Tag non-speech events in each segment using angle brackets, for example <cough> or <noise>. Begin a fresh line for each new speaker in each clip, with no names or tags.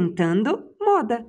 inventando moda.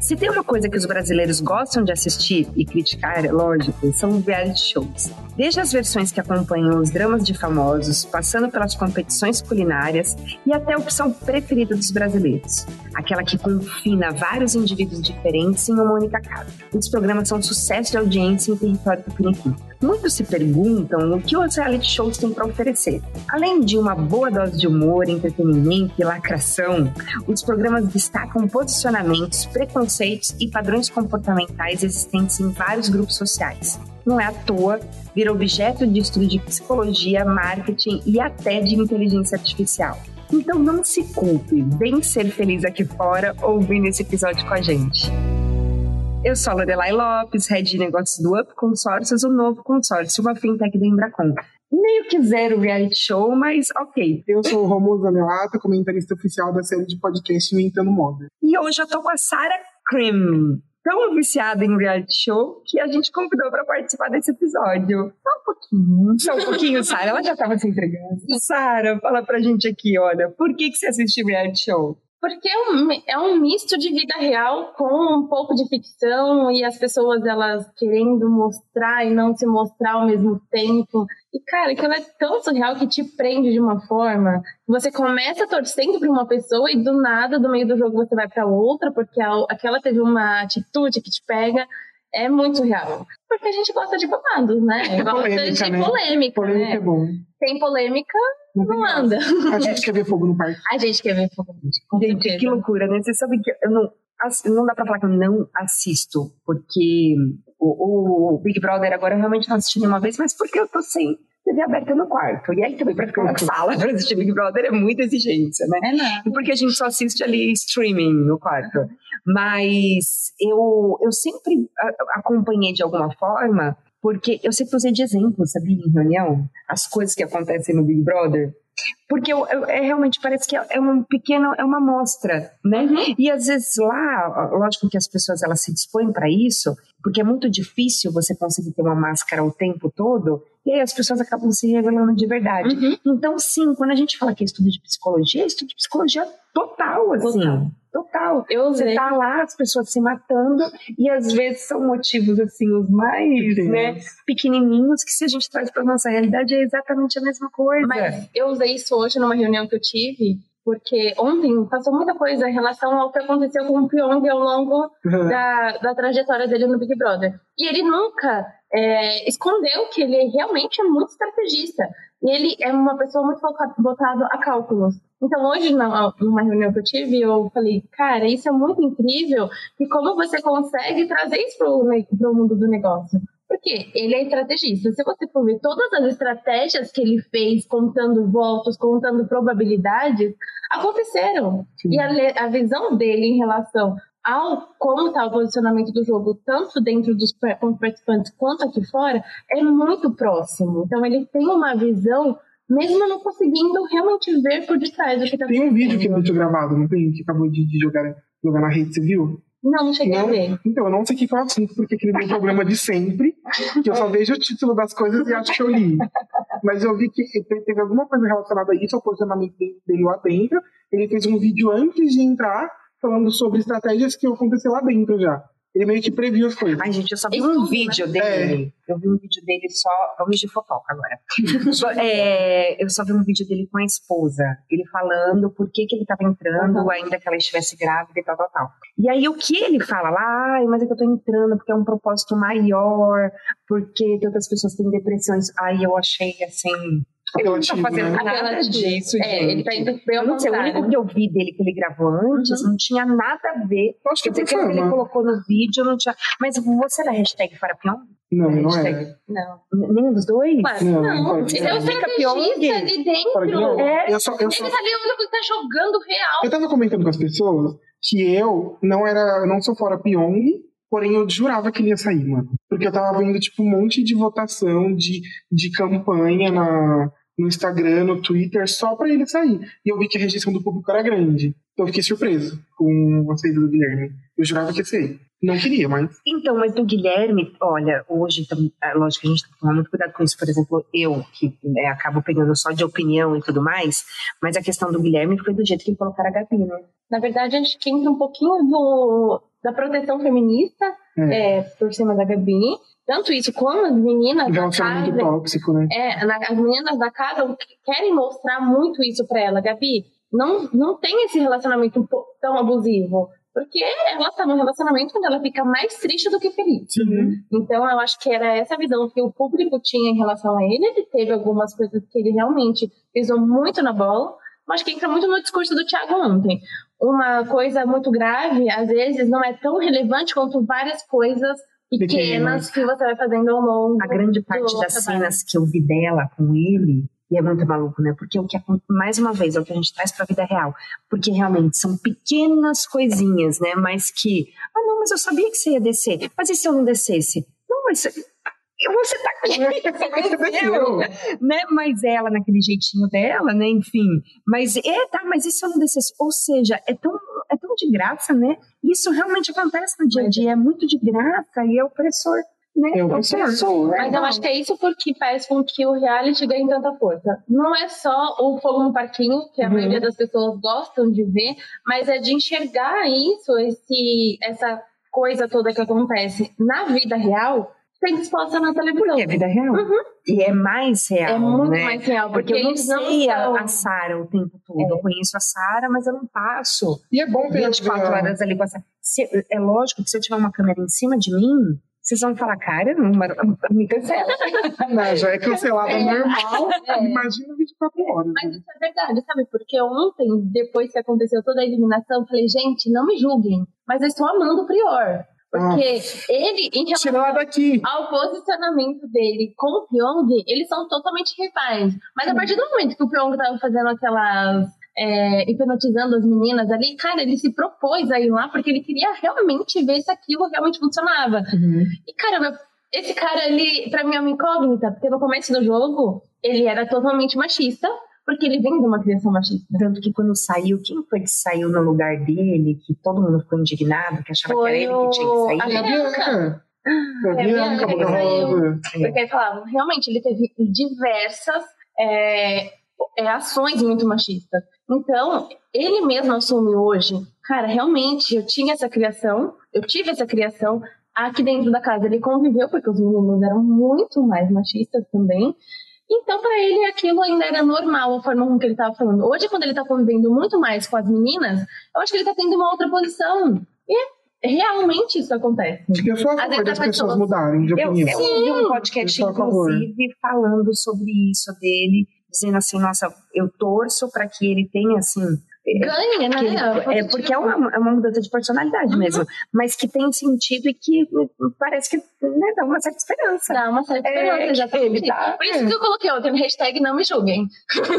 Se tem uma coisa que os brasileiros gostam de assistir e criticar, é lógico, são reality shows. Desde as versões que acompanham os dramas de famosos, passando pelas competições culinárias e até a opção preferida dos brasileiros, aquela que confina vários indivíduos diferentes em uma única casa. Os programas são um sucesso de audiência em território tupiniquim. Muitos se perguntam o que os reality shows têm para oferecer. Além de uma boa dose de humor, entretenimento e lacração, os Um programas destacam posicionamentos, preconceitos conceitos e padrões comportamentais existentes em vários grupos sociais. Não é à toa, vira objeto de estudo de psicologia, marketing e até de inteligência artificial. Então não se culpe, vem ser feliz aqui fora ouvindo esse episódio com a gente. Eu sou a Lorelai Lopes, Head de Negócios do Up Consórcios, o um novo consórcio, uma fintech da Embracon meio que zero reality show, mas ok.
Eu sou o Romulo Zanelato, comentarista oficial da série de podcast Inventando Moda.
E hoje eu tô com a Sarah Krim, tão viciada em reality show que a gente convidou para participar desse episódio. Só um pouquinho, só um pouquinho, Sarah, ela já tava se entregando. Sarah, fala pra gente aqui, olha, por que, que você assiste reality show?
porque é um, é um misto de vida real com um pouco de ficção e as pessoas elas querendo mostrar e não se mostrar ao mesmo tempo. E cara, aquilo é tão surreal que te prende de uma forma. Você começa torcendo para uma pessoa e do nada, do meio do jogo, você vai para outra porque aquela teve uma atitude que te pega é muito real. Porque a gente gosta de bobados, né? Gosta polêmica, de né? polêmica.
Polêmica né? é bom.
Sem polêmica, não, não anda.
A gente quer ver fogo no
<laughs>
parque.
A gente quer ver fogo no
parque. Gente, certeza. que loucura, né? Você sabe que eu não. Não dá pra falar que eu não assisto, porque o, o Big Brother agora eu realmente não assisti nenhuma vez, mas porque eu tô sem TV aberta no quarto. E aí também pra ficar na sala pra assistir Big Brother é muita exigência, né?
É, né?
Porque a gente só assiste ali streaming no quarto. Mas eu, eu sempre acompanhei de alguma forma, porque eu sempre usei de exemplo, sabia, em reunião, as coisas que acontecem no Big Brother. Porque eu, eu, é realmente parece que é um pequeno, é uma amostra, né? Uhum. E às vezes lá, lógico que as pessoas elas se dispõem para isso, porque é muito difícil você conseguir ter uma máscara o tempo todo, e aí as pessoas acabam se revelando de verdade. Uhum. Então, sim, quando a gente fala que é estudo de psicologia, é estudo de psicologia total, assim. Total. Total.
Eu
Você
sei.
tá lá, as pessoas se matando, e às vezes são motivos, assim, os mais, Deus. né, pequenininhos, que se a gente traz pra nossa realidade é exatamente a mesma coisa.
Mas eu usei isso hoje numa reunião que eu tive, porque ontem passou muita coisa em relação ao que aconteceu com o Pyong ao longo uhum. da, da trajetória dele no Big Brother. E ele nunca é, escondeu que ele realmente é muito estrategista. E ele é uma pessoa muito voltada a cálculos. Então, hoje, numa reunião que eu tive, eu falei, cara, isso é muito incrível e como você consegue trazer isso para o mundo do negócio. Porque ele é estrategista. Se você for ver todas as estratégias que ele fez, contando votos, contando probabilidades, aconteceram. Sim. E a, a, visão dele em relação ao como está o posicionamento do jogo, tanto dentro dos participantes quanto aqui fora, é muito próximo. Então ele tem uma visão, mesmo não conseguindo realmente ver por detrás do que tá está
acontecendo. Tem um vídeo que é muito gravado, não tem? Que acabou de, de jogar, jogar na rede, você viu?
Não, não cheguei
não,
a ver.
Então, eu não sei o que é o assunto, porque aquele meu programa de sempre,
<laughs>
que eu só vejo o título das coisas e acho que eu li. Mas eu vi que teve alguma coisa relacionada a isso, ao posicionamento dele lá dentro. Ele fez um vídeo antes de entrar, falando sobre estratégias que iam acontecer lá dentro já. Ele meio que previu as coisas.
Ai, gente, eu só vi um vídeo dele. É. Eu vi um vídeo dele só. Vamos de fofoca <laughs> agora. é, eu só vi um vídeo dele com a esposa. Ele falando por que, que ele estava entrando, uhum. ainda que ela estivesse grávida e tal, tal, tal. E aí o que ele fala lá? Ai, mas é que eu tô entrando porque é um propósito maior, porque tantas pessoas têm depressões. Ai, eu achei assim. Ele não tá fazendo né? nada disso, é, gente. Ele tá indo bem eu não sei, o único que eu vi dele que ele gravou antes uhum. não tinha nada a ver.
Eu acho que, é
que, ele colocou no vídeo, não tinha. Mas você era hashtag Farapião?
Não, é não é.
Não.
Nenhum dos dois?
Claro, não. não. Ele é o estrategista ali dentro.
É.
Eu só, eu só... Ele tá ali o único que tá jogando real.
Eu tava comentando com as pessoas que eu não era, não sou fora Pyong, porém eu jurava que ele ia sair, mano. Porque eu tava vendo, tipo, um monte de votação, de, de campanha na, no Instagram, no Twitter, só pra ele sair. E eu vi que a rejeição do público era grande. Então eu fiquei surpreso com a saída do Guilherme. Eu jurava que ia ser ele. Não queria, mas.
Então, mas no Guilherme, olha, hoje, então, é lógico que a gente tem que tomar muito cuidado com isso. Por exemplo, eu, que né, acabo pegando só de opinião e tudo mais, mas a questão do Guilherme foi do jeito que colocaram a Gabi, né?
Na verdade, acho que entra um pouquinho do, da proteção feminista é, por cima da Gabi. Tanto isso como as meninas
Então,
da
é
Relacionamento
casa.
tóxico, né?
É, na- as meninas da casa querem mostrar muito isso pra ela. Gabi, não, não tem esse relacionamento um po- tão abusivo. Porque ela tá num relacionamento onde ela fica mais triste do que feliz.
Sim.
Então, eu acho que era essa visão que o público tinha em relação a ele. Ele teve algumas coisas que ele realmente pisou muito na bola, mas que entra muito no discurso do Thiago ontem. Uma coisa muito grave, às vezes, não é tão relevante quanto várias coisas pequenas,
Pequenas.
que você vai fazendo ao longo.
A grande
do
parte das
trabalho.
cenas que eu vi dela com ele, e é muito maluco, né? Porque o que acon- mais uma vez, é o que a gente traz pra vida real. Porque realmente são pequenas coisinhas, né? Mas que, ah, não, mas eu sabia que você ia descer. Mas e se eu não descesse? Não, mas você tá aqui, você desceu
Eu,
né? Mas ela naquele jeitinho dela, né? Enfim. Mas é, tá, mas isso é um desses. Ou seja, é tão, é tão de graça, né? Isso realmente acontece no dia a dia, é muito de graça e é opressor, né?
É opressor.
né?
Mas eu acho que é isso porque faz com que o reality ganhe tanta força. Não é só o fogo no parquinho, que a
Uhum.
maioria das pessoas gostam de ver, mas é de enxergar isso, esse, essa coisa toda que acontece na vida real, sendo exposta na televisão.
Porque é vida real. E é mais real.
É muito
né?
mais real,
Porque,
porque,
eu não É.
eles não
sei a-
são...
a Sara o tempo todo. Eu conheço a Sara, mas eu não passo
E é bom ver.
24
ver-
horas ali com a Sara. Se- É lógico que se eu tiver uma câmera em cima de mim, vocês vão falar, caramba, me cancela.
Não, já é cancelada
né? É.
normal.
É.
Imagina 24 horas. né?
Mas isso é verdade, sabe? Porque ontem, depois que aconteceu toda a eliminação, eu falei, gente, não me julguem, mas eu estou amando o Prior. Porque ele, em relação
Tira ela daqui. <laughs>
ao posicionamento dele com o Pyong, eles são totalmente rivais. Mas a partir do momento que o Pyong tava fazendo aquelas. é, hipnotizando as meninas ali, cara, ele se propôs a ir lá porque ele queria realmente ver se aquilo realmente funcionava. E caramba, esse cara ali, pra mim é uma incógnita, porque no começo do jogo ele era totalmente machista, porque ele vem de uma criação machista.
Tanto que quando saiu, quem foi que saiu no lugar dele, que todo mundo ficou indignado, que achava
Foi
que era ele que tinha
o-
que
a
sair?
A Bianca. A
Bianca
Bianca,
que
Boca-Rosa.
Porque ele falava, realmente, ele teve diversas é, é, ações muito machistas. Então, ele mesmo assume hoje, cara, realmente, eu tinha essa criação, eu tive essa criação aqui dentro da casa. Ele conviveu, porque os meninos eram muito mais machistas também. Então, para ele, aquilo ainda era normal, a forma com que ele estava falando. Hoje, quando ele está convivendo muito mais com as meninas, eu acho que ele está tendo uma outra posição. E é, realmente isso acontece.
Acho que eu sou a
Às
favor
vezes
das
a pessoa-
pessoas mudarem de
Eu,
opinião.
eu ouvi um podcast,
Por favor.
inclusive, falando sobre isso dele, dizendo assim, nossa, eu torço para que ele tenha, assim... é,
Ganha,
que ele-
né?
é porque Uhum. é uma, é uma mudança de personalidade mesmo, mas que tem sentido e que hum, parece que né, dá uma certa esperança.
Dá uma certa
É,
esperança, exatamente.
ele tá-
Por isso que eu coloquei ontem no hashtag não me julguem.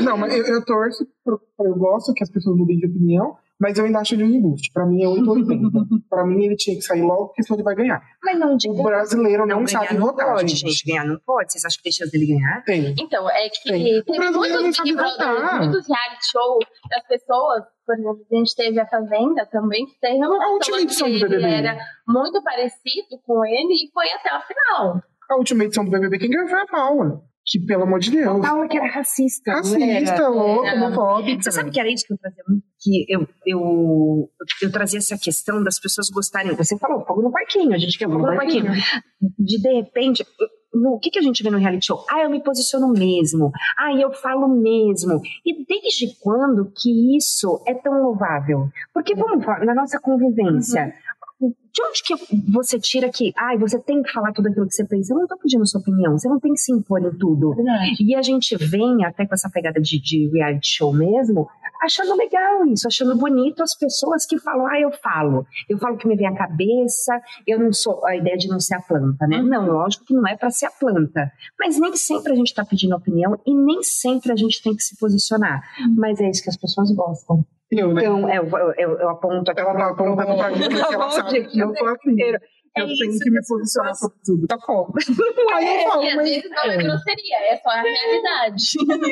Não, mas eu, eu torço, pro- eu gosto que as pessoas mudem de opinião, mas eu ainda acho ele um embuste. Pra mim é 880. pra mim ele tinha que sair logo, porque senão ele vai ganhar.
Mas não diga
O brasileiro não,
ganhar
sabe
não
votar,
pode,
gente.
gente. Ganhar não pode. Vocês acham que deixa dele ganhar?
Tem.
Então, é que
Sim.
tem
Mas ele não
muitos
sabe
Big Brothers,
votar.
muitos reality show das pessoas, por exemplo, a gente teve a Fazenda também, que teve
A
uma
última
pessoa
edição do
que ele
BBB.
era muito parecido com ele e foi até a final.
A última edição do BBB, quem ganhou foi a Paula. Que, pelo amor de Deus.
Paula que era racista. não
Assim,
era?
Racista, louca, homofóbica.
Você sabe que era isso que eu trazia muito? Que eu, eu, eu trazia essa questão das pessoas gostarem. Você falou, fogo no parquinho, a gente quer fogo no parquinho. De, de repente, no, o que, que a gente vê no reality show? Ah, eu me posiciono mesmo. Ah, eu falo mesmo. E desde quando que isso é tão louvável? Porque, vamos falar, na nossa convivência. De onde que você tira que, ai, você tem que falar tudo aquilo que você pensa? Eu não tô pedindo sua opinião, você não tem que se impor em tudo. E a gente vem até com essa pegada de, de reality show mesmo, achando legal isso, achando bonito as pessoas que falam, ah, eu falo, eu falo o que me vem à cabeça, eu não sou a ideia de não ser a planta, né? Não, lógico que não é para ser a planta. Mas nem sempre a gente está pedindo opinião e nem sempre a gente tem que se posicionar.
Hum.
Mas é isso que as pessoas gostam.
Eu, né?
Então, é, eu, eu, eu aponto aqui.
Ela tá apontando pra mim, porque ela
Tá bom,
sabe que eu sou assim.
inteiro. É
Eu tenho
isso
que me
as
posicionar
pessoas-
sobre tudo.
Tá bom.
Aí eu
E
falo,
às
mas...
vezes não é grosseria, é só a realidade.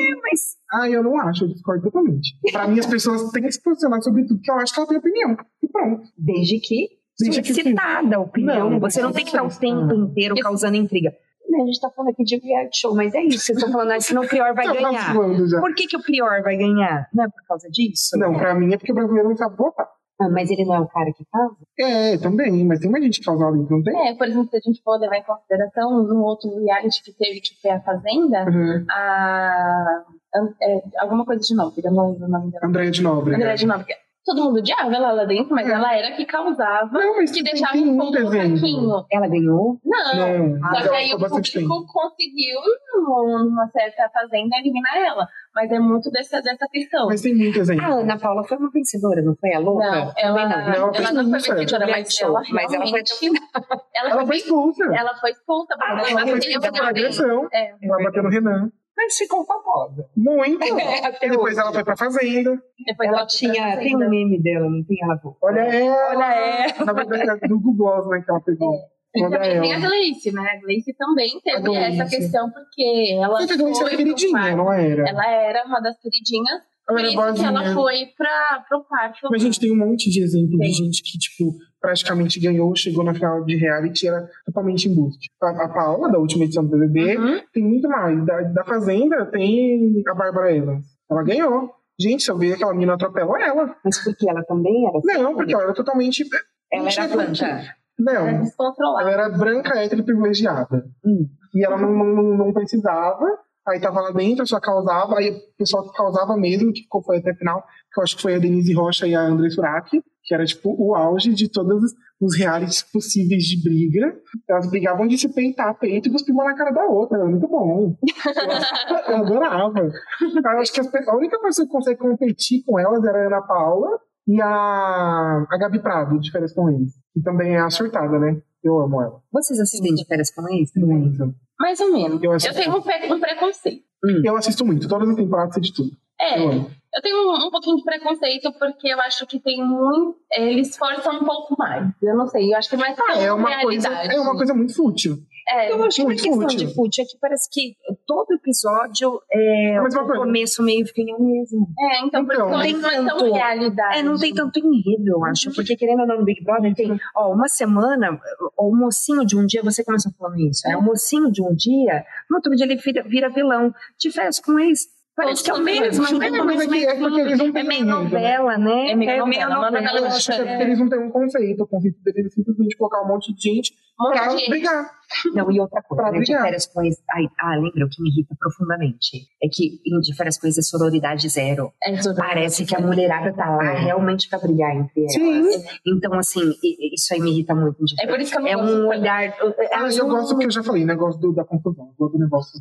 <laughs> Mas
Ah, eu não acho, eu discordo totalmente. Pra mim, as pessoas têm que se posicionar sobre tudo, porque eu acho que ela tem opinião. E pronto.
Desde que
Gente, que-
citada a opinião.
Não, Ah.
você não tem que estar o tempo inteiro causando intriga. Né, A gente tá falando aqui de reality show, mas é isso. Vocês estão falando, ah, senão o Prior
<laughs>
vai
Tá
ganhar.
zoando já.
Por que, que o Prior vai ganhar? Não é por causa disso?
Não, pra mim é porque o brasileiro não sabe votar.
Ah, mas ele não é o cara que casa?
É, também, mas tem mais gente que causa aula, não tem?
É, por exemplo, se a gente for levar em consideração um outro reality que teve, que foi a Fazenda,
Uhum.
a. an- é, alguma coisa de novo, eu não lembro o nome dela.
Andréia de Nobre.
Andréa é de Nóbrega. Todo mundo odiava ela lá dentro, mas
É.
ela era a que causava,
Não, mas
que
tem-
deixava
tem
o
um
povo
desenho.
fraquinho.
Ela ganhou?
Não,
Não,
Ah,
Só
mas
que
ela
aí
ficou
o
bastante tempo.
público conseguiu, numa certa fazenda, eliminar ela. Mas é muito dessa, dessa questão.
Mas tem muito exemplo.
A Ah, Ana Paula foi uma vencedora, não foi a louca?
Não, ela
Também
Não,
não,
fez
ela não foi
expulsa.
vencedora,
Reality
mas
show,
ela
mas ela foi até o
realmente... <laughs> Ela,
Ela foi
foi,
expulsa.
ela foi expulsa.
Ah, ela
porque ela
foi
teve
expulsa
uma
Por
por
vez.
agressão.
É.
Ela bateu no Renan.
Mas ficou famosa.
<laughs>
Muito.
É, Até
E depois
hoje.
ela foi pra fazenda.
Depois
Ela
ela foi
tinha.
pra
Tem um
fazenda.
meme dela, não tem rabo?
Olha ela.
Olha ela.
Na verdade, é do Google né, que ela pegou.
E
Olha
também tem a
ela.
Gleice, né? A Gleice também
A
teve
Gleice.
essa questão, porque ela
Só que a Gleice
foi
era
pro
queridinha, né?
quarto.
não era?
Ela era uma das queridinhas,
Ela
por
era
isso que ela
boazinha.
foi pra, pro quarto.
Mas a gente tem um monte de exemplo de
Tem.
gente que, tipo, praticamente ganhou, chegou na final de reality e era totalmente embuste. A, a Paula, da última edição do BBB,
Uhum.
tem muito mais. Da, da Fazenda, tem a Bárbara Evans. Ela ganhou. Gente, se eu ver aquela menina atropelou ela.
Mas porque ela também era.
Não, porque ela era totalmente.
Ela
tinha
era
por quê.
planta.
Era
Não,
descontrolada.
ela era branca, hétero e privilegiada.
Hum.
E ela não, não, não precisava. Aí tava lá dentro, só causava. Aí o pessoal que causava mesmo, que ficou foi até a final, que eu acho que foi a Denise Rocha e a André Suraki, que era tipo o auge de todos os realities possíveis de briga. Elas brigavam de se peitar peito e cuspir uma na cara da outra. Era muito bom. Eu, eu adorava. Eu acho que as pe- a única pessoa que consegue competir com elas era a Ana Paula e a, a Gabi Prado, de Férias com Eles. Que também é a surtada, né? Eu amo ela.
Vocês assistem de férias com eles também?
Muito.
Mais ou menos.
Eu
Eu,
acho-
tenho um, pre- um preconceito.
Eu assisto muito, todas as temporadas eu assisto tudo.
É,
Eu amo.
eu tenho um, um pouquinho de preconceito porque eu acho que tem muito. é, Eles forçam um pouco mais. Eu não sei, eu acho que é mais
Ah, é uma, coisa,
realidade.
é uma coisa muito fútil.
É,
Eu acho que não é
Muito
questão
útil.
de fútil, é que parece que todo episódio é
Mas uma
o
coisa-
começo, meio e fim é o mesmo.
é, então, por isso
Então,
que eu
não
acho que não é
tem
tão
tanto-
realidade.
É, não tem tanto enredo, eu acho, porque querendo ou não, no Big Brother tem, ó, uma semana, ó, o mocinho de um dia, você começou falando isso, né? O mocinho de um dia, no outro dia ele vira, vira vilão. De férias com ex, parece que é o
Todos são
mesmo, é o
vilões.
mesmo,
É, mas é que- é porque eles não
é
têm
meio
enredo, né?
novela, né?
É meio novela, uma novela
Eu acho que é
É.
porque eles não têm um conceito. O conceito deles é simplesmente colocar um monte de gente
Um monte
pra
de gente.
brigar.
Não, e outra coisa,
Pra
né, de
brigar.
férias com ex, ai, ah, lembra o que me irrita profundamente, é que em de férias com ex é sororidade zero.
É, tudo.
Parece que a mulherada tá lá
É.
realmente pra brigar entre elas.
Sim.
Então, assim, i- i- isso aí me irrita muito. em de
É por isso que eu não
É
gosto
um
tanto.
olhar.
Ah,
um-
eu gosto porque eu já falei, negócio do, da confusão. Eu gosto do negócio.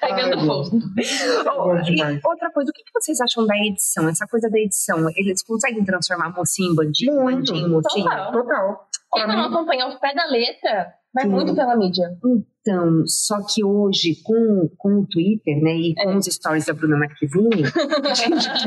Pegando
eu gosto.
fogo.
Eu
Oh,
gosto demais.
e outra coisa, o que que vocês acham da edição? Essa coisa da edição, eles conseguem transformar mocinho em bandido,
Muito.
bandido em mocinho?
Total.
Total.
Então, tá. Quem não
mim-
acompanha ao pé da letra, vai
Sim.
muito pela mídia.
Então, só que hoje, com, com o Twitter, né, e com
É.
os stories da Bruna
<laughs>
Marquezine,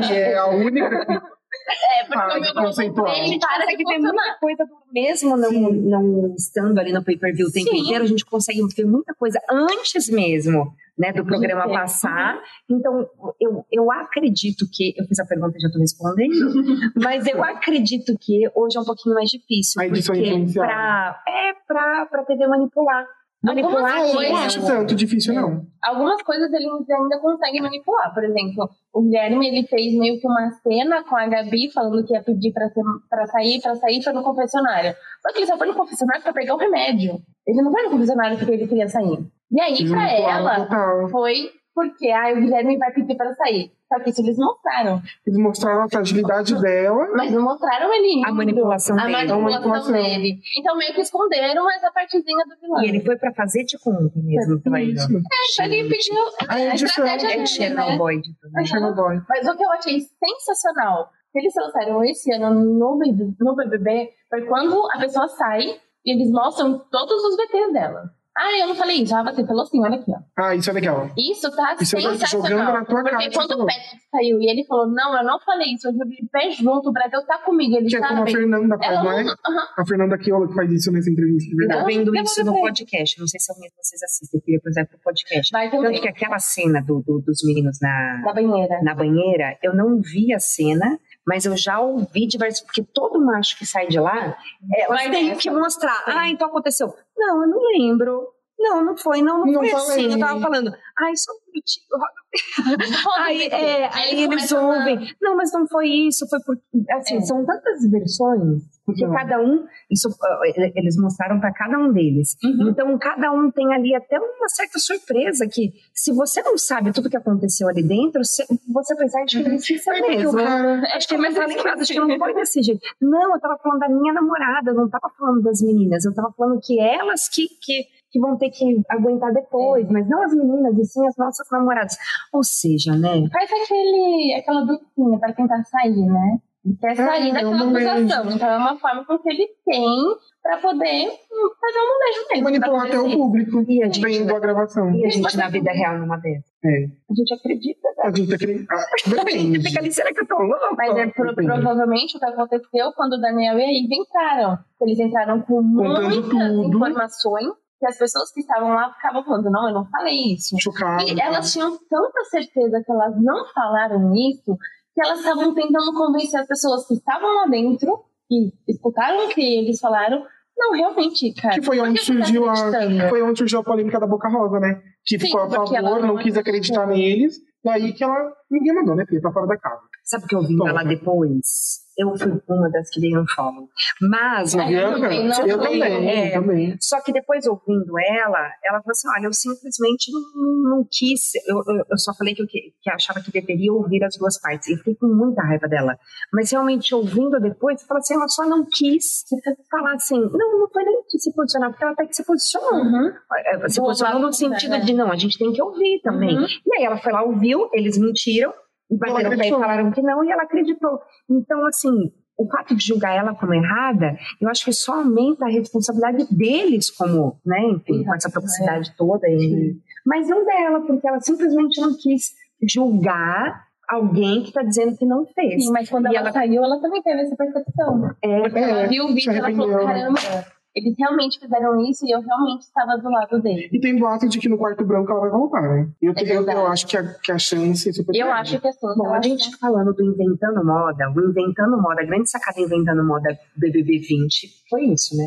Que é a única. que-
É, porque
Ah,
o meu
conceitual.
grupo ele para de
consegue tipo, ver
funcionar.
muita coisa do- mesmo não,
Sim.
não estando ali no pay-per-view o tempo
Sim.
inteiro, a gente consegue ver muita coisa antes mesmo. Né, do programa
Sim. é.
passar. Então, eu, eu acredito que. Eu fiz a pergunta e já estou respondendo. <laughs> mas eu acredito que hoje é um pouquinho mais difícil.
A edição
porque
influenciada.
pra, é pra, pra TV manipular.
Algumas
Manipular quem
Eu
coisas-
não
é
acho
o-
tanto difícil, não.
Algumas coisas eles ainda conseguem manipular. Por exemplo, o Guilherme ele fez meio que uma cena com a Gabi falando que ia pedir pra, ser, pra sair, pra sair, foi no confessionário. Só que ele só foi no confessionário pra pegar o remédio. Ele não foi no confessionário porque ele queria sair. E aí,
Eles
pra
manipularam
É, ela,
total.
foi porque ah, o Guilherme vai pedir pra sair. Só que isso eles mostraram.
Eles mostraram a fragilidade dela.
Mas não mostraram ele indo.
A manipulação
A
dele.
manipulação
manipulação.
dele. Então meio que esconderam essa partezinha do vilão.
E ele foi pra fazer de conta mesmo. pela edição.
Isso.
É, Ele pediu
A
a
edição.
estratégia
É
dele, né?
Chernobyl.
É Chernobyl.
Mas o que eu achei sensacional que eles trouxeram esse ano no, B- no BBB foi quando a pessoa sai e eles mostram todos os VTs dela. Ah, eu não falei isso. Ah, você falou assim, olha aqui, ó.
Ah, isso é legal.
Isso tá
Isso eu tô jogando na
sensacional.
tua cara, tipo,
Porque
você
quando
falou.
o Patrick saiu e ele falou, não, eu não falei isso, eu joguei de pé junto, o Brasil tá comigo, ele
Que é como a
sabe.
Fernanda faz,
Ela
não é?
não-
A Fernanda Quiola que faz isso nessa entrevista de
Tô
verdade.
Tá vendo
Não,
isso
não
no
sei.
podcast. Não sei se alguém de vocês assiste, porque depois vai pro podcast.
Vai
Tanto que
também,
aquela cena do, do- dos meninos na,
na banheira.
na banheira, eu não vi a cena, Mas eu já ouvi diversos. Porque todo macho que sai de lá, é, elas
Vai
têm
nessa.
tipo,
que mostrar. Ah, então aconteceu. Não, eu não lembro. Não, não foi. Não, não,
Não
foi
falei.
assim. Eu tava falando. Ai, só um minutinho. <laughs>
<laughs>
Aí, é, aí eles
começam a-
ouvem. Não, mas não foi isso, foi porque. Assim,
É.
são tantas versões,
Então,
porque
Não.
cada um. Isso, ah, ele- eles mostraram para cada um deles.
Uhum.
Então, cada um tem ali até uma certa surpresa que, se você não sabe tudo que aconteceu ali dentro, se- você pensar, acho que não precisa
É porque o
Uhum. mesmo.
né?
cara.
É,
Acho que, mas assim.
começa a-
ali, mas acho que não foi desse jeito. Não, eu tava falando da minha namorada, eu não tava falando das meninas, eu tava falando que elas que, que, que vão ter que aguentar depois, mas não as meninas, e sim as nossas namoradas. Ou seja, né?
Faz aquele, aquela dancinha pra tentar sair, né? Ele Quer sair
Ah, eu
daquela
não
acusação. Então é uma forma com que ele tem pra poder hum, fazer um manejo mesmo.
é, Manipular até o público
E a gente,
vendo a gravação.
E a gente na vida real numa dessas?
É.
A gente acredita.
A gente ah, acredita.
A gente fica
Depende.
ali, será que eu tô louco?
Mas é pro-
Entendi.
provavelmente o que aconteceu quando o Daniel e a Ivy entraram. Eles entraram com muitas
tudo.
informações que as pessoas que estavam lá ficavam falando, não, eu não falei isso.
um Chocado. né?
E elas tinham tanta certeza que elas não falaram isso, que elas estavam tentando convencer as pessoas que estavam lá dentro e escutaram o que eles falaram. Não, realmente, cara.
Que foi
por
onde
você tá
surgiu a-
acreditando?
Foi onde surgiu a polêmica da Boca Rosa, né? Que
Sim,
ficou a
porque ela
favor,
não
não quis acreditar neles. Daí que ela. Ninguém mandou, né, filha? Tá fora da casa.
Sabe o que eu vim
Bom.
falar depois? Eu fui uma das que dei um follow. Mas,
Ah, eu
Bianca?
também, não
eu
foi,
também,
é.
eu também.
Só que depois ouvindo ela, ela falou assim: olha, eu simplesmente não, não quis, eu, eu- eu só falei que, eu que, que achava que deveria ouvir as duas partes. E fiquei com muita raiva dela. Mas realmente ouvindo depois, fala assim: ela só não quis falar assim, não, não foi nem que se posicionar, porque ela até que se posicionou.
Uhum.
É, Se
Do
posicionou no
lado,
sentido
né?
de, não, a gente tem que ouvir também.
Uhum.
E aí ela foi lá, ouviu, eles mentiram, e bateram o pé e
acreditou.
falaram que não, e ela acreditou. Então, assim, o fato de julgar ela como errada, eu acho que só aumenta a responsabilidade deles como, né, enfim, com essa proximidade toda. E... Mas não dela, porque ela simplesmente não quis julgar alguém que está dizendo que não fez.
Sim, mas quando
E
ela,
ela-
saiu, ela também teve essa percepção. Ela
É,
viu o vídeo
se
e ela falou,
arrependeu, né?
caramba, eles realmente fizeram isso e eu realmente estava do lado deles.
E tem boato de que no quarto branco ela vai voltar, né? Eu,
É
eu- eu,
verdade.
acho que a, que a chance é super
Eu
grande.
acho que assim,
Bom, a
ela-
gente falando do Inventando Moda, o Inventando Moda, a grande sacada Inventando Moda BBB 20 foi isso, né?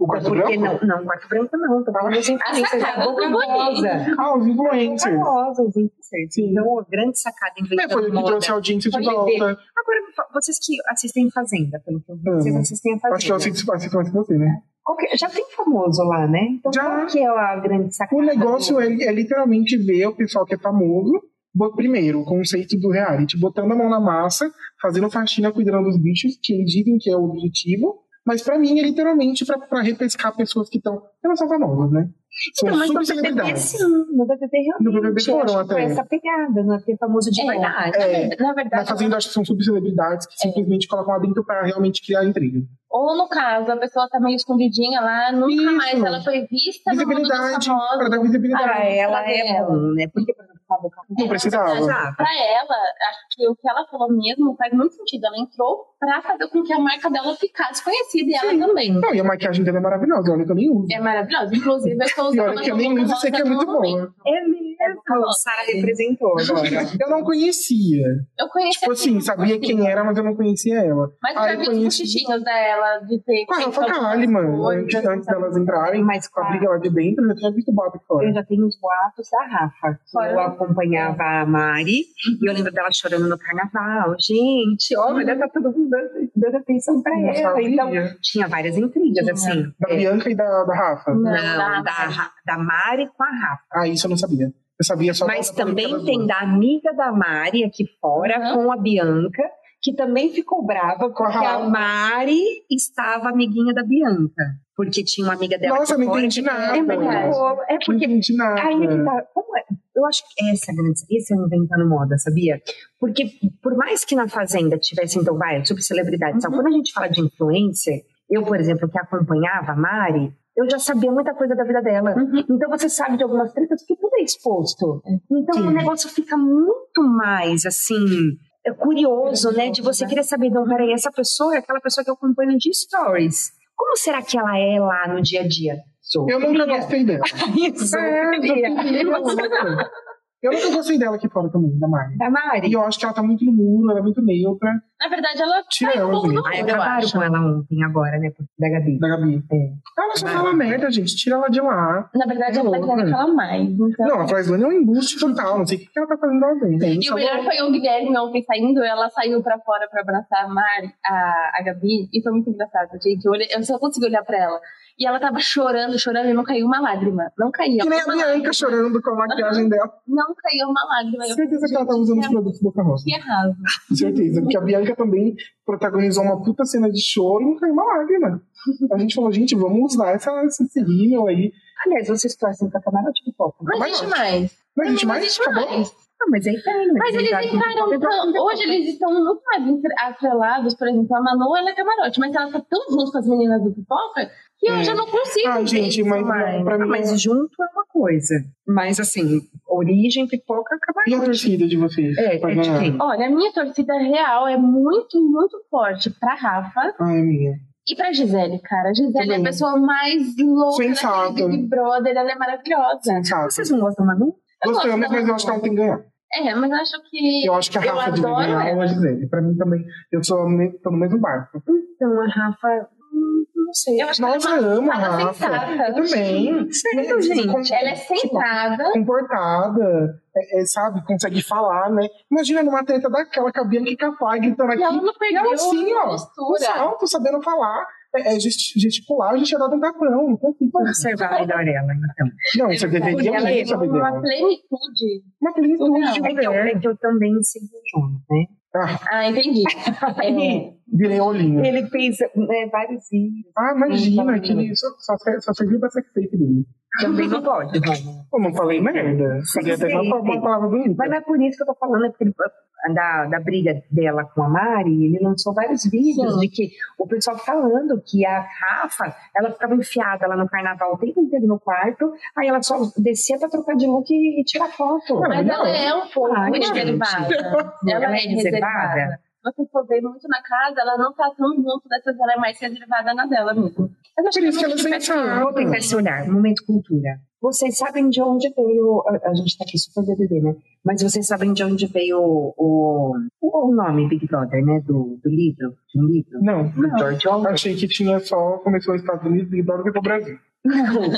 O quarto branco?
Porque não, não, quarto branco não, tô falando das influências
tá
da
sacada do
Boca
banheiro.
Rosa.
Ah, os influencers.
Famosa, os influencers.
Sim.
Então, a grande sacada
É, foi
Inventando
o que trouxe a
Moda.
audiência de
Foi
volta.
Agora, me fala, vocês que assistem Fazenda, pelo que eu vi,
Amo.
vocês assistem a Fazenda.
Uhum. Acho que é eu assisto assisto mais que você, né?
Qual que- é? já tem famoso lá, né? Então,
Já.
qual que é a grande sacada?
O negócio é, é literalmente ver o pessoal que é famoso. bo- Primeiro, o conceito do reality, botando a mão na massa, fazendo faxina, cuidando dos bichos, que eles dizem que é o objetivo. Mas pra mim é literalmente pra, pra repescar pessoas que estão. que não são famosas, né? São
Então, mas no BBB,
subcelebridades.
sim. No BBB, realmente.
No BBB
eu acho
foram
que foi
até.
essa pegada, não é? Porque é famoso de
É.
verdade.
É,
na
na
verdade,
fazenda acho que são subcelebridades que simplesmente colocam lá dentro pra realmente criar intriga.
ou no caso, a pessoa tá meio escondidinha lá, nunca
Isso.
mais ela foi vista no mundo dos
Visibilidade, pra
famosos.
dar visibilidade.
Ah, ela
pra
é
ela.
bom, né? Porque, por exemplo, a Boca
Não precisava.
Rosa,
Pra ela, acho que o que ela falou mesmo faz muito sentido. Ela entrou pra fazer com que a marca dela ficasse conhecida e ela também.
Não, e a maquiagem dela é maravilhosa, olha que eu nem uso.
É maravilhosa. Inclusive, eu estou
E
usando
olha que eu nem
uma
uso, sei que é
rosa
muito
no momento.
boa.
É mesmo.
Rosa.
Sara representou agora.
Eu não conhecia.
Eu conheci
Tipo assim, sabia quem era, mas eu não conhecia ela.
Mas eu
Ah,
já
eu
vi os
conheci.
cochichinhos dela de ter.
Com a Rafa
Então,
Kalimann, antes, antes delas entrarem,
Mas
com a
claro,
briga lá de dentro, eu já tinha visto o Bob fora.
eu já tenho os boatos da Rafa. que
Fora.
Eu acompanhava a Mari e eu lembro dela chorando no carnaval. Gente, olha, tá todo mundo dando- dando atenção pra
Não
ela.
sabia.
Então, tinha várias intrigas,
Tinha.
assim.
Da
É,
Bianca e da, da Rafa.
Não,
Não,
da-
da, Ra- da Mari com a Rafa.
Ah, isso eu não sabia. Eu sabia só
Mas
da polêmica
também
das
tem
duas.
da amiga da Mari aqui fora
Uhum.
com a Bianca, que também ficou brava
Com a
porque a
Rafa.
Mari estava amiguinha da Bianca. Porque tinha uma amiga dela
Nossa,
aqui
não
fora.
entendi nada.
É muito
verdade.
bobo. É
Não
porque
entendi nada.
aí que tá. Como é? Eu acho que essa é a grande. Esse é o inventando moda, sabia? Porque por mais que na Fazenda tivesse, então, vai, sobre celebridade e tal, quando a gente fala de influencer, eu, por exemplo, que acompanhava a Mari. Eu já sabia muita coisa da vida dela. Então você sabe de algumas tretas porque tudo é exposto. Então
Sim.
o negócio fica muito mais assim. é curioso, né? De você querer saber, não, peraí, essa pessoa é aquela pessoa que eu acompanho de stories. Como será que ela é lá no dia a dia? Sou. <laughs>
Eu nunca gostei dela.
Isso.
É, eu
queria.
não queria outra. Eu nunca gostei dela aqui fora também, da Mari.
Da Mari.
E eu acho que ela tá muito no muro, ela é muito neutra.
Na verdade, ela
Tira
faz
ela,
pouco
gente.
do
Aí
mundo, eu
acabaram
acho.
com ela ontem, agora, né? Da Gabi.
Da Gabi.
É.
Ela só fala merda, gente. Tira ela de lá.
Na verdade,
É
a Flaviana
louca.
fala mais. Então.
Não, a Fryslane é um embuste total. Não sei o que que ela tá fazendo lá dentro.
E o melhor foi o Guilherme ontem saindo, ela saiu pra fora pra abraçar a Mari, a, a Gabi, e foi muito engraçado, gente. Eu, olhei- eu só consegui olhar pra ela. E ela tava chorando, chorando, e não caiu uma lágrima. Não caía.
Que nem a
uma
Bianca
lágrima.
chorando com a maquiagem dela.
Não caiu uma lágrima. Eu
Certeza que ela tá usando os produtos Boca Rosa.
que arraso.
Certeza. Porque a Bianca também protagonizou uma puta cena de choro e não caiu uma lágrima. A gente falou, gente, vamos usar essa, esse rímel aí.
Aliás, vocês torcem pra camarote de né? copo.
Tá
Não existe mais.
Mas, tá gente,
Não
mais
existe
acabou.
mais.
Ah, mas aí tem, né?
Mas eles encaram tão... Hoje eles estão muito mais entre- atrelados, por exemplo, a Manu, ela é camarote, mas ela tá tão junto com as meninas do pipoca que eu
É.
já não consigo.
Ah, gente, mas
mais.
pra
Ah,
mim.
mas junto é uma coisa. Mas assim, origem, pipoca,
E a
camarote.
torcida de vocês?
É,
Pra
é de
ganhar?
quem?
Olha, a minha torcida real é muito, muito forte pra Rafa
Ai, minha.
e pra Gisele, cara. A Gisele é a
Também.
pessoa mais louca
Sensata.
daquele Big Brother, ela é maravilhosa.
Sabe?
Vocês não gostam, Manu?
Eu gosto
Gostamos,
dela.
mas eu acho que ela tem que ganhar.
É, mas eu acho que.
Eu acho que a
Eu
Rafa devia
adoro
ganhar ou
ela.
a Gisele. Pra mim também. Eu sou me- tô no mesmo barco.
Então, a Rafa. hum, Não sei.
Eu acho
Nossa,
que ela é
amo a
uma ela é
Rafa. Eu
sensata.
também.
Sério,
É,
gente.
Ela é sentada.
comportada, é, é, sabe, consegue falar, né? Imagina numa treta daquela que a Bianca e capaz gritando
E ela
aqui.
não
E ela
perdeu
assim,
a
ó, um
postura.
salto, sabendo falar, é, é gesti- gesticular, a gente ia dar um tapão, não consigo.
Observar <laughs> melhor ela, então.
Não, né? você deveria
Ela é
muito saber
uma
dela.
plenitude.
Uma plenitude de
surreal.
É que, eu, é
mulher.
que eu também sigo o Jonas, né?
Ah,
Ah, entendi. É,
virei olhinho.
Ele fez né, vários vídeos.
Ah, imagina,
Hum, tá
que só, só, só serviu pra sex tape dele.
Também não pode, né? Rômulo.
Eu não falei merda. Seria até
Sim,
uma,
sim.
uma palavra bonita.
Mas não é por isso que eu tô falando, é porque ele- da, da briga dela com a Mari, ele lançou vários vídeos
Sim.
de que o pessoal falando que a Rafa, ela ficava enfiada lá no carnaval o tempo inteiro no quarto, aí ela só descia pra trocar de look e, e tirar foto.
Ah,
Mas
não.
ela é um pouco
Ai, gente.
reservada.
Ela é reservada?
Se você for ver muito na casa, ela não tá tão junto dessas, ela é mais reservada na dela mesmo. Mas acho
Por isso que
é muito
ela é
de perfil.
sentada.
Vou tentar esse olhar, momento cultura. Vocês sabem de onde veio. A, a gente tá aqui super BBB, né? Mas vocês sabem de onde veio o, o, o nome Big Brother, né? Do, do livro? De um livro?
Não,
Do George Orwell?
achei que tinha só começou nos Estados Unidos e agora foi pro Brasil.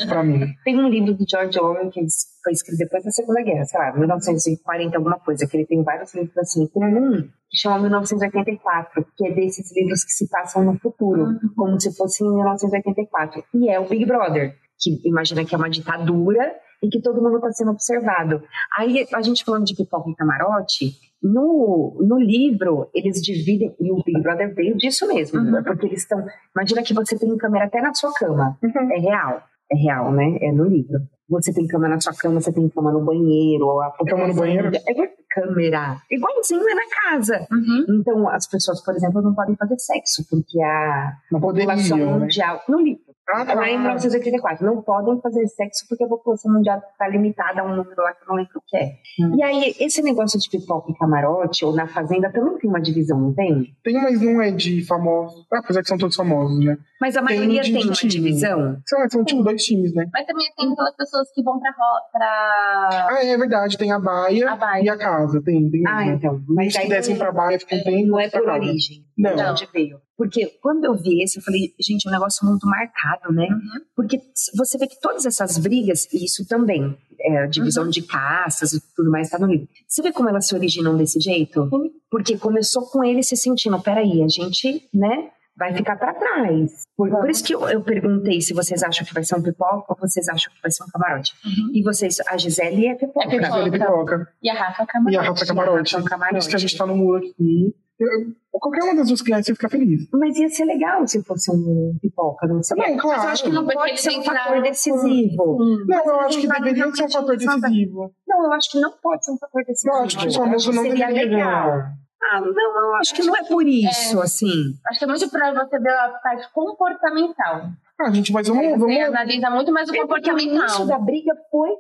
pra mim.
Tem um livro do George Orwell que foi escrito depois da Segunda Guerra, sei lá, 1940, alguma coisa, que ele tem vários livros assim. Tem um que chama 1984, que é desses livros que se passam no futuro, como se fosse em 1984. E é o Big Brother, que imagina que é uma ditadura e que todo mundo está sendo observado. Aí, a gente falando de pipoca e camarote, no, no livro, eles dividem, e o Big Brother veio disso mesmo,
Uhum.
né? porque eles estão. Imagina que você tem câmera até na sua cama.
Uhum.
É real. É real, né? É no livro. Você tem câmera na sua cama, você tem câmera no banheiro. A
Cama no banheiro?
É igual câmera. Igualzinho é na casa.
Uhum.
Então, as pessoas, por exemplo, não podem fazer sexo, porque a
Não poderia,
população
né?
mundial. No livro.
Ah, tá.
um Lá em 1984, né, não podem fazer sexo porque a população mundial está limitada a um número lá que eu não lembro o que é. E aí, esse negócio de pipoca e camarote, ou na fazenda, também tem uma divisão, não tem?
Tem, mas não é de famosos. Ah, apesar que são todos famosos, né?
Mas a
Tem
maioria
de
tem uma
time.
divisão.
Sei lá, são tipo dois times, né?
Mas também tem aquelas pessoas que vão pra, ro- pra
Ah, é verdade, tem a baia,
A baia.
e a casa. Tem, tem.
Ah,
mesmo.
então. Mas
Os que
aí
descem pra baia ficam bem.
não é por
pra casa.
origem,
Não.
de onde veio. Porque quando eu vi esse, eu falei, gente, é um negócio muito marcado, né? Porque você vê que todas essas brigas, e isso também, é, a divisão de caças e tudo mais, tá no livro. Você vê como elas se originam desse jeito? Porque começou com ele se sentindo, peraí, a gente, né? Vai ficar pra trás. Por, por isso que eu, eu perguntei se vocês acham que vai ser um pipoca ou vocês acham que vai ser um camarote. E vocês, a Gisele é pipoca.
É
Tem a Gisele Pipoca
e a Rafa
e
Camargo.
a Rafa Camarote.
Rafa Camarote.
Por isso que a gente tá no muro aqui. Eu- eu- qualquer uma das duas crianças ia ficar feliz.
Mas ia ser legal se fosse um pipoca, não sei.
Não, claro.
É, Mas eu acho que não
Porque
pode
eles
ser um
entraram
fator decisivo.
Não, eu acho que
Mas
deveria
não
ser um fator
tinha que
decisivo.
Não, eu acho que não pode ser um fator decisivo.
Eu acho que o
Eu acho
famoso não
seria
deveria
é legal.
ganhar.
Ah, não, eu acho que não é por isso, assim.
Acho que é muito pra você ver a parte comportamental.
Ah, gente, mas vamos, então,
Você
vamos
analisa muito mais o
É porque o início
comportamental.
da briga foi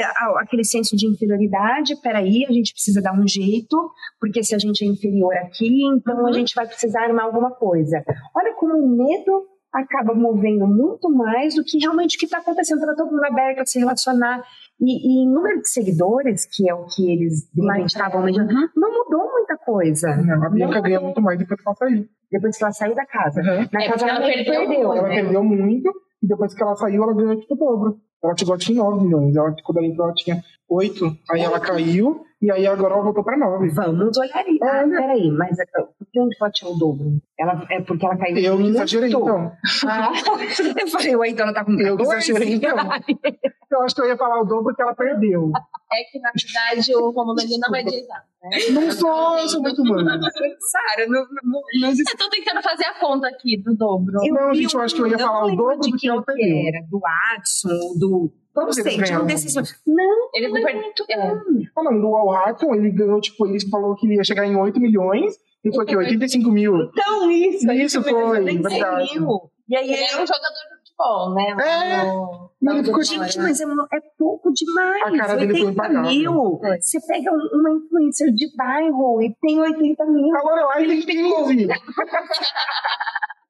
ah, aquele senso de inferioridade. Peraí, a gente precisa dar um jeito, porque se a gente é inferior aqui, então
Uhum.
a gente vai precisar armar alguma coisa. Olha como o medo tá acaba movendo muito mais do que realmente o que está acontecendo. Está todo mundo aberto a se relacionar. E, e número de seguidores, que é o que eles
Mas-
estavam medindo,
Uhum.
não mudou muita coisa.
Não, a Bianca
Não.
ganha muito mais depois que ela saiu.
Depois que ela saiu da casa.
Uhum.
Na
É,
casa
porque ela perdeu muito,
Ela
né?
perdeu muito e depois que ela saiu, ela ganhou tipo o dobro. Ela chegou a tinha 9 milhões. Ela, quando ela entrou, ela tinha 8. Aí ela caiu e aí agora ela voltou pra 9.
Vamos olhar aí. Ah,
Olha.
peraí, mas é- por que onde ela tirou o dobro? Ela, é porque ela caiu.
Eu que
muito.
exagerei, então.
Ah, <laughs> Eu falei, ué, então ela tá com
Eu que
14?
exagerei, então. Eu acho que eu ia falar o dobro que ela perdeu.
É que, na verdade, o Romulo ele não vai deslizar.
Não sou, eu sou muito humana.
<laughs> Sara, não, não, não existe.
Eu tô tentando fazer a conta aqui do dobro.
Não,
vi um
gente, eu acho que eu ia
não
falar o
lembro
dobro
de
do que
quem
ela perdeu.
Era, do Watson, do. Não
Todos
sei,
eles
tinha um
ganharam.
desses. Não,
Eles não
foi
perdem-
muito
é.
bom.
Falando Ah, do Al Hatton, ele ganhou, tipo, ele falou que ele ia chegar em 8 milhões e foi que 85 mil.
Então, isso. mesmo,
Isso foi,
nem cem
verdade.
mil. E aí
Ele era um
ele. é
jogador de futebol, né?
É.
No-
E ele
no-
ficou
Gente,
tipo,
mas é, é pouco demais.
A cara dele foi
80
impagável. É.
mil.
Foi.
Você pega um- uma influencer de bairro e tem 80 mil.
a Lorelai é tem 15.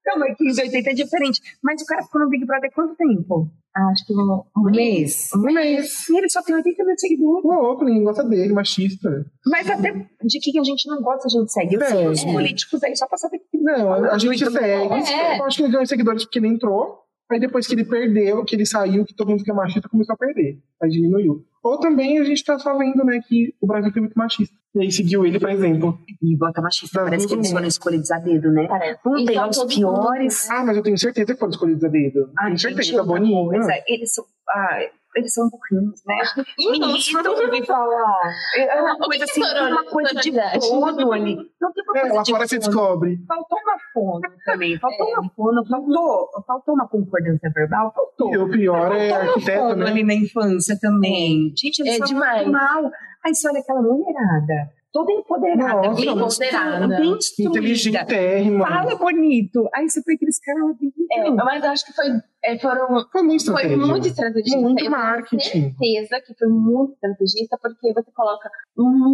Não, mas 15, 80 é diferente. Mas o cara ficou no Big Brother há quanto tempo?
Ah, acho que no-
Um mês.
Um mês.
E ele só tem 80 mil seguidores.
Louco, ninguém gosta dele, machista.
Mas até de que a gente não gosta, a gente segue. Eu
É.
sigo os políticos aí só pra saber o que eles
Não, a
falam.
gente
Muito
segue.
bom.
É.
Eu acho que ele ganhou seguidores porque ele entrou. Aí depois que ele perdeu, que ele saiu, que todo mundo que é machista começou a perder. Aí diminuiu. Ou também a gente tá só vendo, né, que o Brasil tem muito machista. E aí seguiu ele, por exemplo.
E bota machista,
Tá
parece que
todo
eles
mundo.
foram escolhidos a dedo, né?
Parece.
Um
E
tem
são
os
todos
piores.
Ah, mas eu tenho certeza que foram escolhidos a dedo.
Ah,
tenho
gente, é,
certeza,
outra
Boninho.
coisa, Eles são, ah, eles são burrinhos, né?
Então,
ouvi falar. É uma
O que
coisa
que é
assim,
sorori-
uma coisa de
sororidade?
fono ali. Não tem uma
É,
coisa
lá
de
fora você
fono.
descobre.
Faltou uma fono também, faltou uma fono, faltou, faltou uma concordância verbal, faltou.
E o pior é
Faltou uma
arquiteto,
fono
né?
ali na infância também. Gente, eles
É
são
demais.
muito mal. Aí você olha aquela mulherada, toda empoderada,
Nossa,
bem
empoderada.
bem instruída,
Inteligentérrimo.
Fala bonito. Aí você foi aqueles caras então. horríveis.
É, mas eu acho que foi, é, foram,
Foi muito
foi
estratégia.
muito estrategista.
Muito
Eu tenho
marketing.
certeza que foi muito estrategista, porque você coloca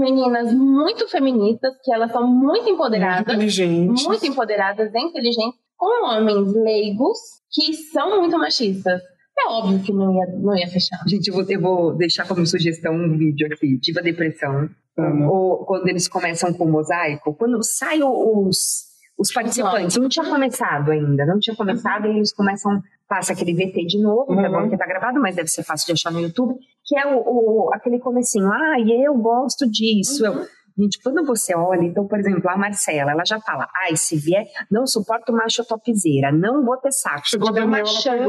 meninas muito feministas, que elas são muito
Muito
empoderadas,
inteligente.
muito empoderadas, inteligentes, com homens leigos que são muito machistas. É óbvio que não ia, não ia fechar.
Gente, eu vou, eu vou deixar como sugestão um vídeo aqui, Diva Depressão.
Amo.
Ou quando eles começam com o mosaico, quando saem os, os participantes, não tinha começado ainda, não tinha começado, e eles começam, passa aquele VT de novo, que
Uhum.
agora que tá gravado, mas deve ser fácil de achar no YouTube, que é o, o- aquele comecinho, ah, e eu gosto disso. eu- Gente, quando você olha, então, por exemplo, a Marcela, ela já fala, ai, se vier, não suporto macho topzeira, não vou ter saco. Se
Chegou
tiver
Daniel,
uma
ela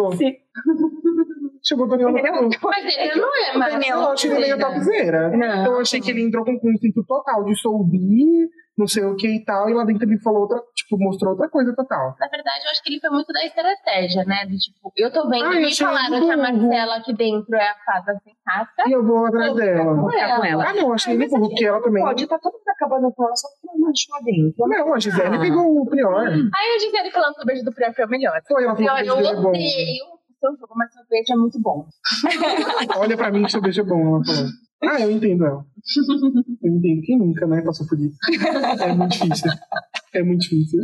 chance,
Chegou o Daniel
Entendeu?
no
Mas ele não é
O
mais.
Daniel, eu achei ele meio topzera.
Não.
Eu achei que ele entrou com um conceito total de sou bi, não sei o que e tal, e lá dentro ele falou outra, tipo, mostrou outra coisa total.
Na verdade, eu acho que ele foi muito da estratégia, né? Do tipo, eu tô vendo,
Ah, eu
me
achei
falaram
muito
que a
burro.
Marcela aqui dentro é a fada sensata.
E eu vou atrás dela.
ficar com ela.
Ah, não, eu achei ele
assim,
burro, porque ela também.
Pode, tá todo mundo acabando com ela, só porque não achou lá dentro.
Não, a Gisele
Ah.
pegou o Prior.
Aí eu disse ele falando que o beijo do Prior foi o melhor.
Foi, ela falou
Prior,
que
Hum. eu
o beijo dele é bom.
odeio o seu jogo, mas seu beijo é muito bom.
Olha pra mim que seu beijo é bom, ela falou. Ah, eu entendo
<laughs>
ela. Eu entendo. Quem nunca, né, passou por isso? É muito difícil. É muito difícil.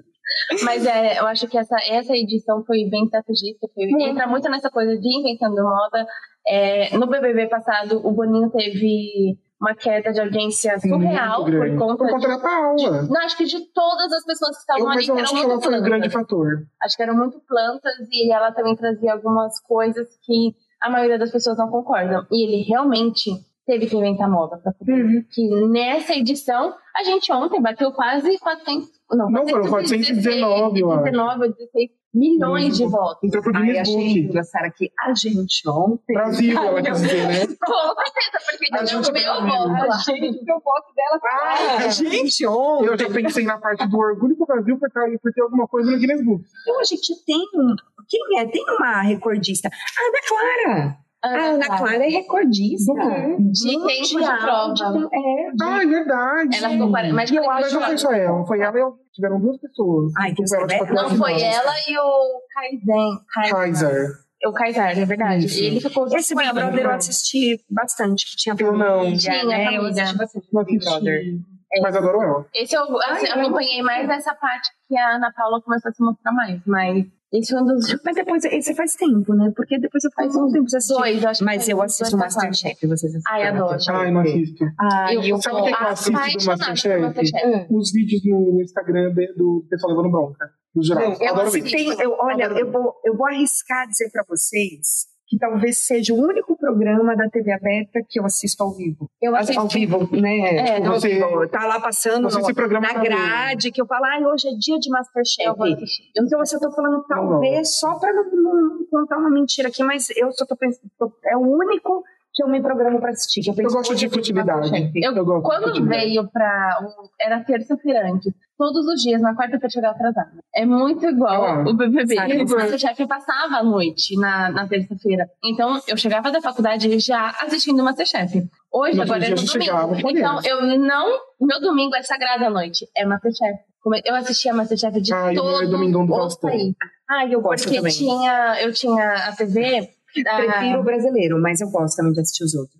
Mas é, eu acho que essa, essa edição foi bem estrategista, foi, entra muito nessa coisa de inventando moda. É, no BBB passado, o Boninho teve uma queda de audiência surreal
Muito grande.
por conta, é
Por conta
de-
da Paula.
Não, acho que de todas as pessoas que
Eu,
estavam ali,
mas
que
eu
eram
acho que
muito
ela foi um
plantas.
grande fator.
Acho que eram muito plantas e ela também trazia algumas coisas que a maioria das pessoas não concordam. E ele realmente teve que inventar moda pra poder
Teve.
que nessa edição, a gente ontem bateu quase 400, não,
Não, foram 419, eu acho. Uhum.
419 ou 16 milhões de
<laughs>
Muito.
votos.
Entrou pro
Ai,
Guinness
achei
Book.
lindo, Sara, que a gente ontem.
Brasil, ela quer dizer, né?
Com certeza, porque
A
deu
gente
o meu
perdeu.
voto lá.
gente, eu voto dela
Ah,
a gente ontem.
Eu já pensei na parte do orgulho pro Brasil por, causa- por ter alguma coisa no Guinness Book.
Então a gente tem um. Quem é? Tem uma recordista. A Ana Clara. A Ana Clara é recordista.
Do quê?
De tempo de
mundial,
prova.
de tempo- é.
Ah, é verdade.
Ela ficou 40, mas
E eu acho
Mas não foi só ela. Foi ela e eu. Tiveram duas pessoas.
Ai, é que
Tipo, ela, tipo,
você-
até o
não foi
final.
ela e o Kaizen.
Kaiser.
O Kaiser, é verdade.
Isso.
Ele ficou
Esse Big Brother eu assisti bastante, que tinha
Eu não.
Tinha
né? Eu
família.
assisti bastante
Não
Big
assisti,
Brother.
É,
Mas adoro ela.
Esse eu
Ai,
assim,
eu
acompanhei mais essa parte que a Ana Paula começou a se mostrar mais, mas Isso é um dos.
Mas depois, você faz tempo, né? Porque depois eu faço um tempo de assistir.
Dois, eu acho que
Mas
faz
eu
uns
assisto
dois pra
Masterchef, vocês assistem.
Ai, adoro.
Ai, não assisto.
Ah,
Eu
eu
Sabe o que, é que eu
Ah,
assisto do
apaixonada
Masterchef?
pelo Masterchef.
Hum.
Os vídeos no, no Instagram de- do pessoal levando bronca, do jurado.
Eu
Adoro
assim,
ver.
tenho- eu- olha, eu vou, eu vou arriscar dizer pra vocês que talvez seja o único programa da TV aberta que eu assisto ao vivo.
Eu
Ao- Ao
assisti.
vivo, né?
É,
Tipo,
você-
tipo, tá lá passando
Você
no-
se programa
na
pra ver.
grade, que eu falo, ai, hoje é dia de Masterchef.
Eu vou assistir.
Então, assim, eu tô falando
Não,
talvez só pra não, não contar uma mentira aqui, mas eu só tô pensando, tô- é o único que eu me programo pra assistir. que eu,
Eu
penso, é
gosto de futilidade.
Eu-
gosto de
Quando
futilidade.
veio pra. o- Era terça-feira antes. Todos os dias, na quarta-feira chegava atrasada. É muito igual
Ah,
o BBB.
sabe?
O Masterchef passava à noite, na, na terça-feira. Então, eu chegava da faculdade já assistindo o Masterchef. Hoje,
No
agora é
outro dia
no
você chegava
domingo.
com
Então,
eles.
eu não. Meu domingo é sagrado à noite. É Masterchef. Come- Eu assistia Masterchef de
Ah, e o meu é
todo
Domingão do
o
Faustão.
país.
Ah, eu gosto
Porque
também.
tinha, eu tinha a TV. da-
Prefiro o brasileiro, mas eu gosto também de assistir os outros.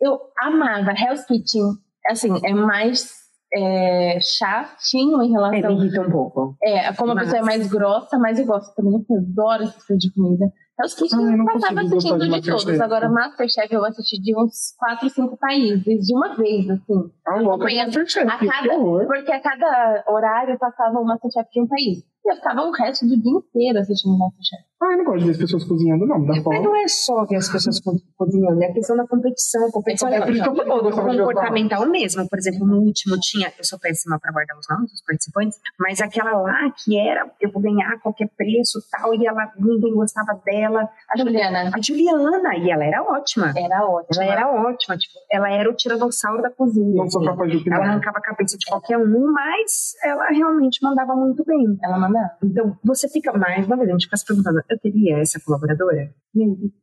eu amava Hell's Kitchen. Assim, é mais é, chatinho em
É, me
relação.
irrita um pouco.
É, como a
Mas-
pessoa é mais grossa, mas eu gosto também, porque eu adoro essas coisas de comida. Hell's Kitchen
Ah, eu
eu
não
passava
consigo gostar
assistindo
de
de,
Masterchef. tá.
todos. Agora, Masterchef eu assisti de uns 4, 5 países, de uma vez, assim.
Ah, louca de
acompanhando
Masterchef,
a
que
cada-
horror.
Porque a cada horário passava o Masterchef de um país. E eu ficava o resto do dia inteiro assistindo Masterchef.
Ah, eu não gosto de ver as pessoas cozinhando, não, me dá
Mas
fome.
não é só ver as pessoas co- cozinhando, é a questão da competição. A competição
É por isso que eu falei que eu gostava de
comportamental mesmo. Por exemplo, no último tinha, eu sou péssima para guardar os nomes dos participantes, mas aquela lá que era, eu vou ganhar a qualquer preço tal, e ela ninguém gostava dela.
A Juliana
A Juliana, e ela era ótima.
era
Ela
ótima.
era ótima, tipo, ela era o tiranossauro da cozinha.
Não sou capaz de
Ela
opinar.
arrancava a cabeça de qualquer um, mas ela realmente mandava muito bem.
Ela é
É,
mandava.
Então, você fica mais, na verdade, a gente fica se perguntando, eu teria essa colaboradora?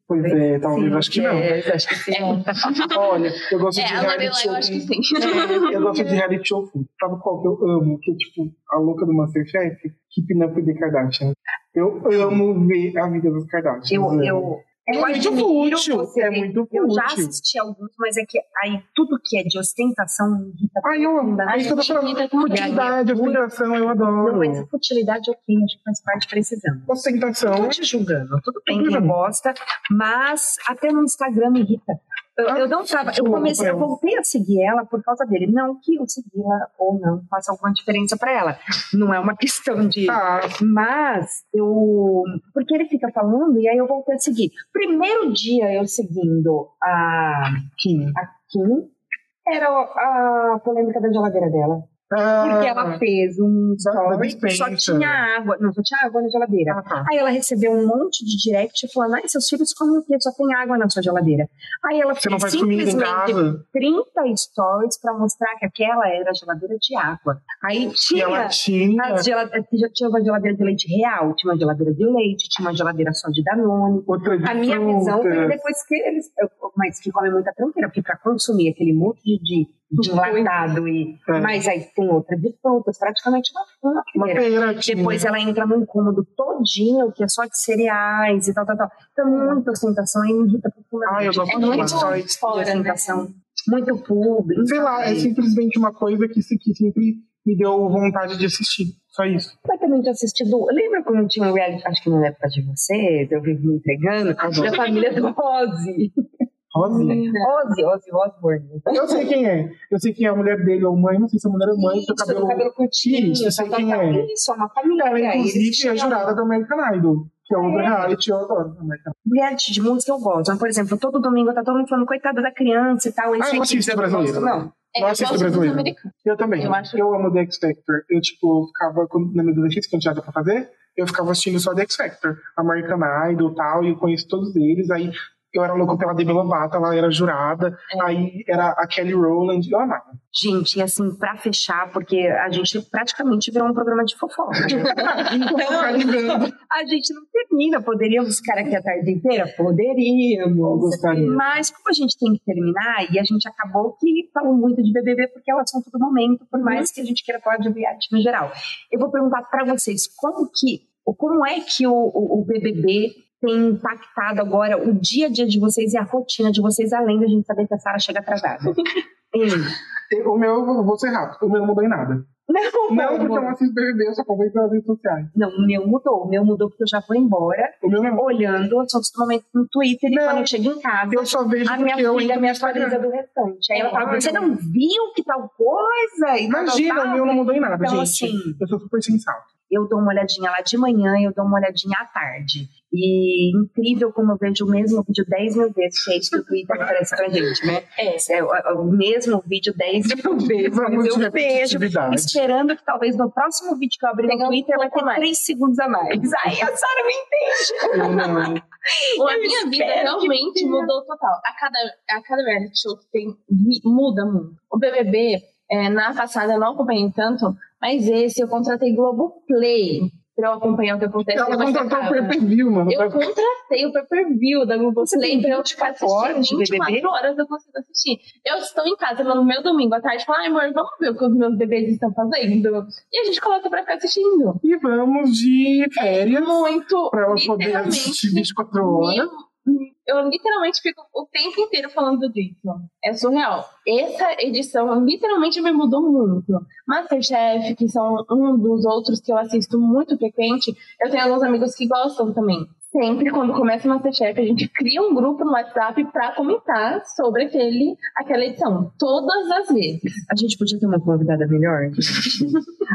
Pois é, talvez, acho que não.
É, acho que sim.
É,
Olha, eu gosto
é
de
a
reality
Labela,
show.
eu acho que sim.
É, Eu gosto de reality show food. Sabe qual que eu amo? Que é tipo a louca do Masterchef? Keeping Up with the Kardashian. Eu amo ver a vida dos Kardashians.
Eu,
amo.
eu,
É
eu
muito
admiro
fútil,
você
é
ver.
muito
Eu já
fútil.
assisti alguns, mas é que aí tudo que é de ostentação me irrita.
Ai, eu amo.
Ai,
Isso que eu tô
gente,
falando.
vida com
Futilidade, ostentação, eu
Não, mas
adoro.
a futilidade, ok, acho que faz parte pra esse exame. Não
Ostentação.
tô te julgando, tudo bem que
Tudo
você
bem.
gosta, mas até no Instagram me irrita. Eu,
Ah,
eu não tava, eu
que
comecei, eu
louco.
voltei a seguir ela por causa dele. Não que eu segui ela ou não faça alguma diferença pra ela. Não é uma questão de.
Ah,
Mas eu. Porque ele fica falando e aí eu voltei a seguir. Primeiro dia eu seguindo a
Kim.
Kim, era a polêmica da geladeira dela. Porque ela
Ah,
fez um
Da- da
story que só
dispensa.
tinha água. Não, só tinha água na geladeira.
ah, tá.
Aí ela recebeu um monte de direct falando: ai, seus filhos comem o quê? Só tem água na sua geladeira. Aí ela
Você não
fez
faz comida em
simplesmente
casa?
30 stories pra mostrar que aquela era a geladeira de água. Aí
E
tinha.
ela tinha.
As gelade- é já tinha uma geladeira de leite real, tinha uma geladeira de leite, tinha uma geladeira só de Danone.
Outra de
A minha visão foi
frutas.
depois que eles. eu- Mas que comem muita tranqueira, porque pra consumir aquele monte de, de, de enlatado e.
É.
Mas aí tem outra de frutas, praticamente uma, uma
Uma
feira.
feira tinha.
Depois ela entra num cômodo todinho, que é só de cereais e tal, tal, tal. Então, muita ostentação e me irrita profundamente.
Ai, eu gosto
É
de
muito
lá.
stories
de
fora, né?
ostentação. Muito público.
Sei lá, é simplesmente uma coisa que, se- que sempre me deu vontade de assistir. Só isso.
completamente assistido. Lembra quando tinha um reality, acho que na época de vocês, eu vivo me entregando,
Adoro.
da família do Ozzy. Hum.
Rosinha.
Ozzy, Ozzy Osbourne.
Eu sei quem é. Eu sei quem é a mulher dele ou mãe, não sei se a mulher é mãe, seu
Isso,
cabelo.
do cabelo curtinho,
Isso, eu sei
tal,
quem
tal,
é.
tal. Isso, é uma família.
Ela,
E aí,
inclusive,
existia
é jurada do American Idol, que é outro
É.
reality, eu adoro. American Idol.
um Reality de música eu gosto. Mas, por exemplo, todo domingo tá todo mundo falando, coitada da criança e tal.
Ah, eu não assisto brasileiro.
Não.
É,
Não
eu
assisto
gosto dos
brasileiro.
americanos.
Eu também. Eu,
Eu acho-
amo The X Factor. Eu, tipo, ficava, quando- na minha adolescência, quando tinha nada pra fazer, eu ficava assistindo só The X Factor. American Idol e tal, e eu conheço todos eles. Aí eu era louco pela Demi Lovato, ela era jurada.
É.
Aí era a Kelly Rowland, eu amava.
<laughs> Gente, e assim, pra fechar, porque a gente praticamente virou um programa de fofoca.
<laughs> Ficar ligando.
a gente não termina. Poderíamos ficar aqui a tarde inteira? Poderíamos.
Eu gostaria.
Mas como a gente tem que terminar, e a gente acabou que falou muito de BBB, porque é o assunto do momento, por mais que a gente queira falar de reality no geral. Eu vou perguntar para vocês, como que, como é que o, o- o BBB tem impactado agora o dia a dia de vocês e a rotina de vocês, além da gente saber que a Sara chega atrasada? Hum,
O meu, eu vou ser rápido, o meu não mudou em nada.
Não,
Não, porque eu não assisto BBB, eu só acompanho pelas redes sociais.
Não, o meu mudou. O meu mudou porque eu já vou embora,
O meu não.
olhando os outros momentos no Twitter e
Não.
quando eu chego em casa,
Eu só vejo
a
porque
minha
eu
filha
entro
me
no Instagram.
atualiza do restante. Aí ela fala,
Ai,
você
não.
não viu que tal coisa? E tal, tal,
Imagina,
tal?"
o meu não mudou em nada,
Então,
gente.
assim,
Eu sou
<laughs>
super sensato.
eu dou uma olhadinha lá de manhã e eu dou uma olhadinha à tarde. E incrível como eu vejo o mesmo vídeo 10 mil vezes, gente, que o Twitter
<laughs>
aparece pra gente, né?
É.
É, o, o mesmo vídeo 10 mil vezes,
Vamos
mas
de
eu vejo,
repetitividade.
esperando que talvez no próximo vídeo que eu abrir
Tenha
no
um
Twitter vai
pouco
ter
mais.
3 segundos a mais. Ai, a Sara me entende.
Eu não. é
A minha vida
espero que
realmente
tenha.
mudou total. A cada, a cada reality show que tem, vi- muda muito. O BBB, é, na passada eu não acompanhei tanto, mas esse eu contratei Globoplay pra eu acompanhar o que acontece.
Então, Ela
depois que
contratou o
acaba.
pay-per-view, mano.
Eu contratei o pay-per-view da
Você tem
Globoplay pra eu
24
assistir.
horas de
24
BBB?
horas eu consigo assistir. Eu estou em casa no meu domingo à tarde, falo, ai amor, vamos ver o que os meus bebês estão fazendo. E a gente coloca pra ficar assistindo.
E vamos de férias
Muito,
pra ela poder
literalmente,
assistir 24 horas.
me- Eu literalmente fico o tempo inteiro falando disso. É surreal. Essa edição literalmente me mudou muito. Masterchef, que são um dos outros que eu assisto muito frequente, eu tenho alguns amigos que gostam também. Sempre quando começa o Masterchef, a gente cria um grupo no WhatsApp pra comentar sobre aquele, aquela edição. Todas as vezes.
A gente podia ter uma convidada melhor?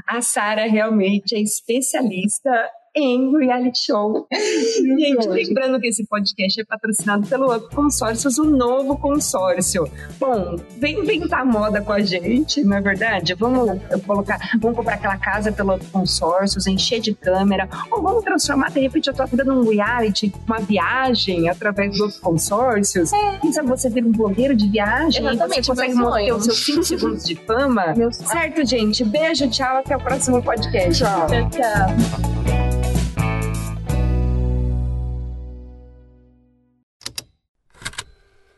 a Sara realmente é especialista em reality show. Gente, lembrando que esse podcast é patrocinado pelo Up Consórcios, o novo consórcio. Bom, vem inventar moda com a gente, não é verdade? Vamos colocar, vamos comprar aquela casa pelo Up Consórcios, encher de câmera, ou vamos transformar de repente a tua vida num reality, uma viagem através do Up Consórcios. Quem sabe você vira um blogueiro de viagem e
É. Exatamente,
você consegue
meu
manter
sonho.
os seus 5 segundos de fama.
Meu sonho.
Certo, gente. Beijo, tchau, até o próximo podcast. Tchau.
Tchau, tchau.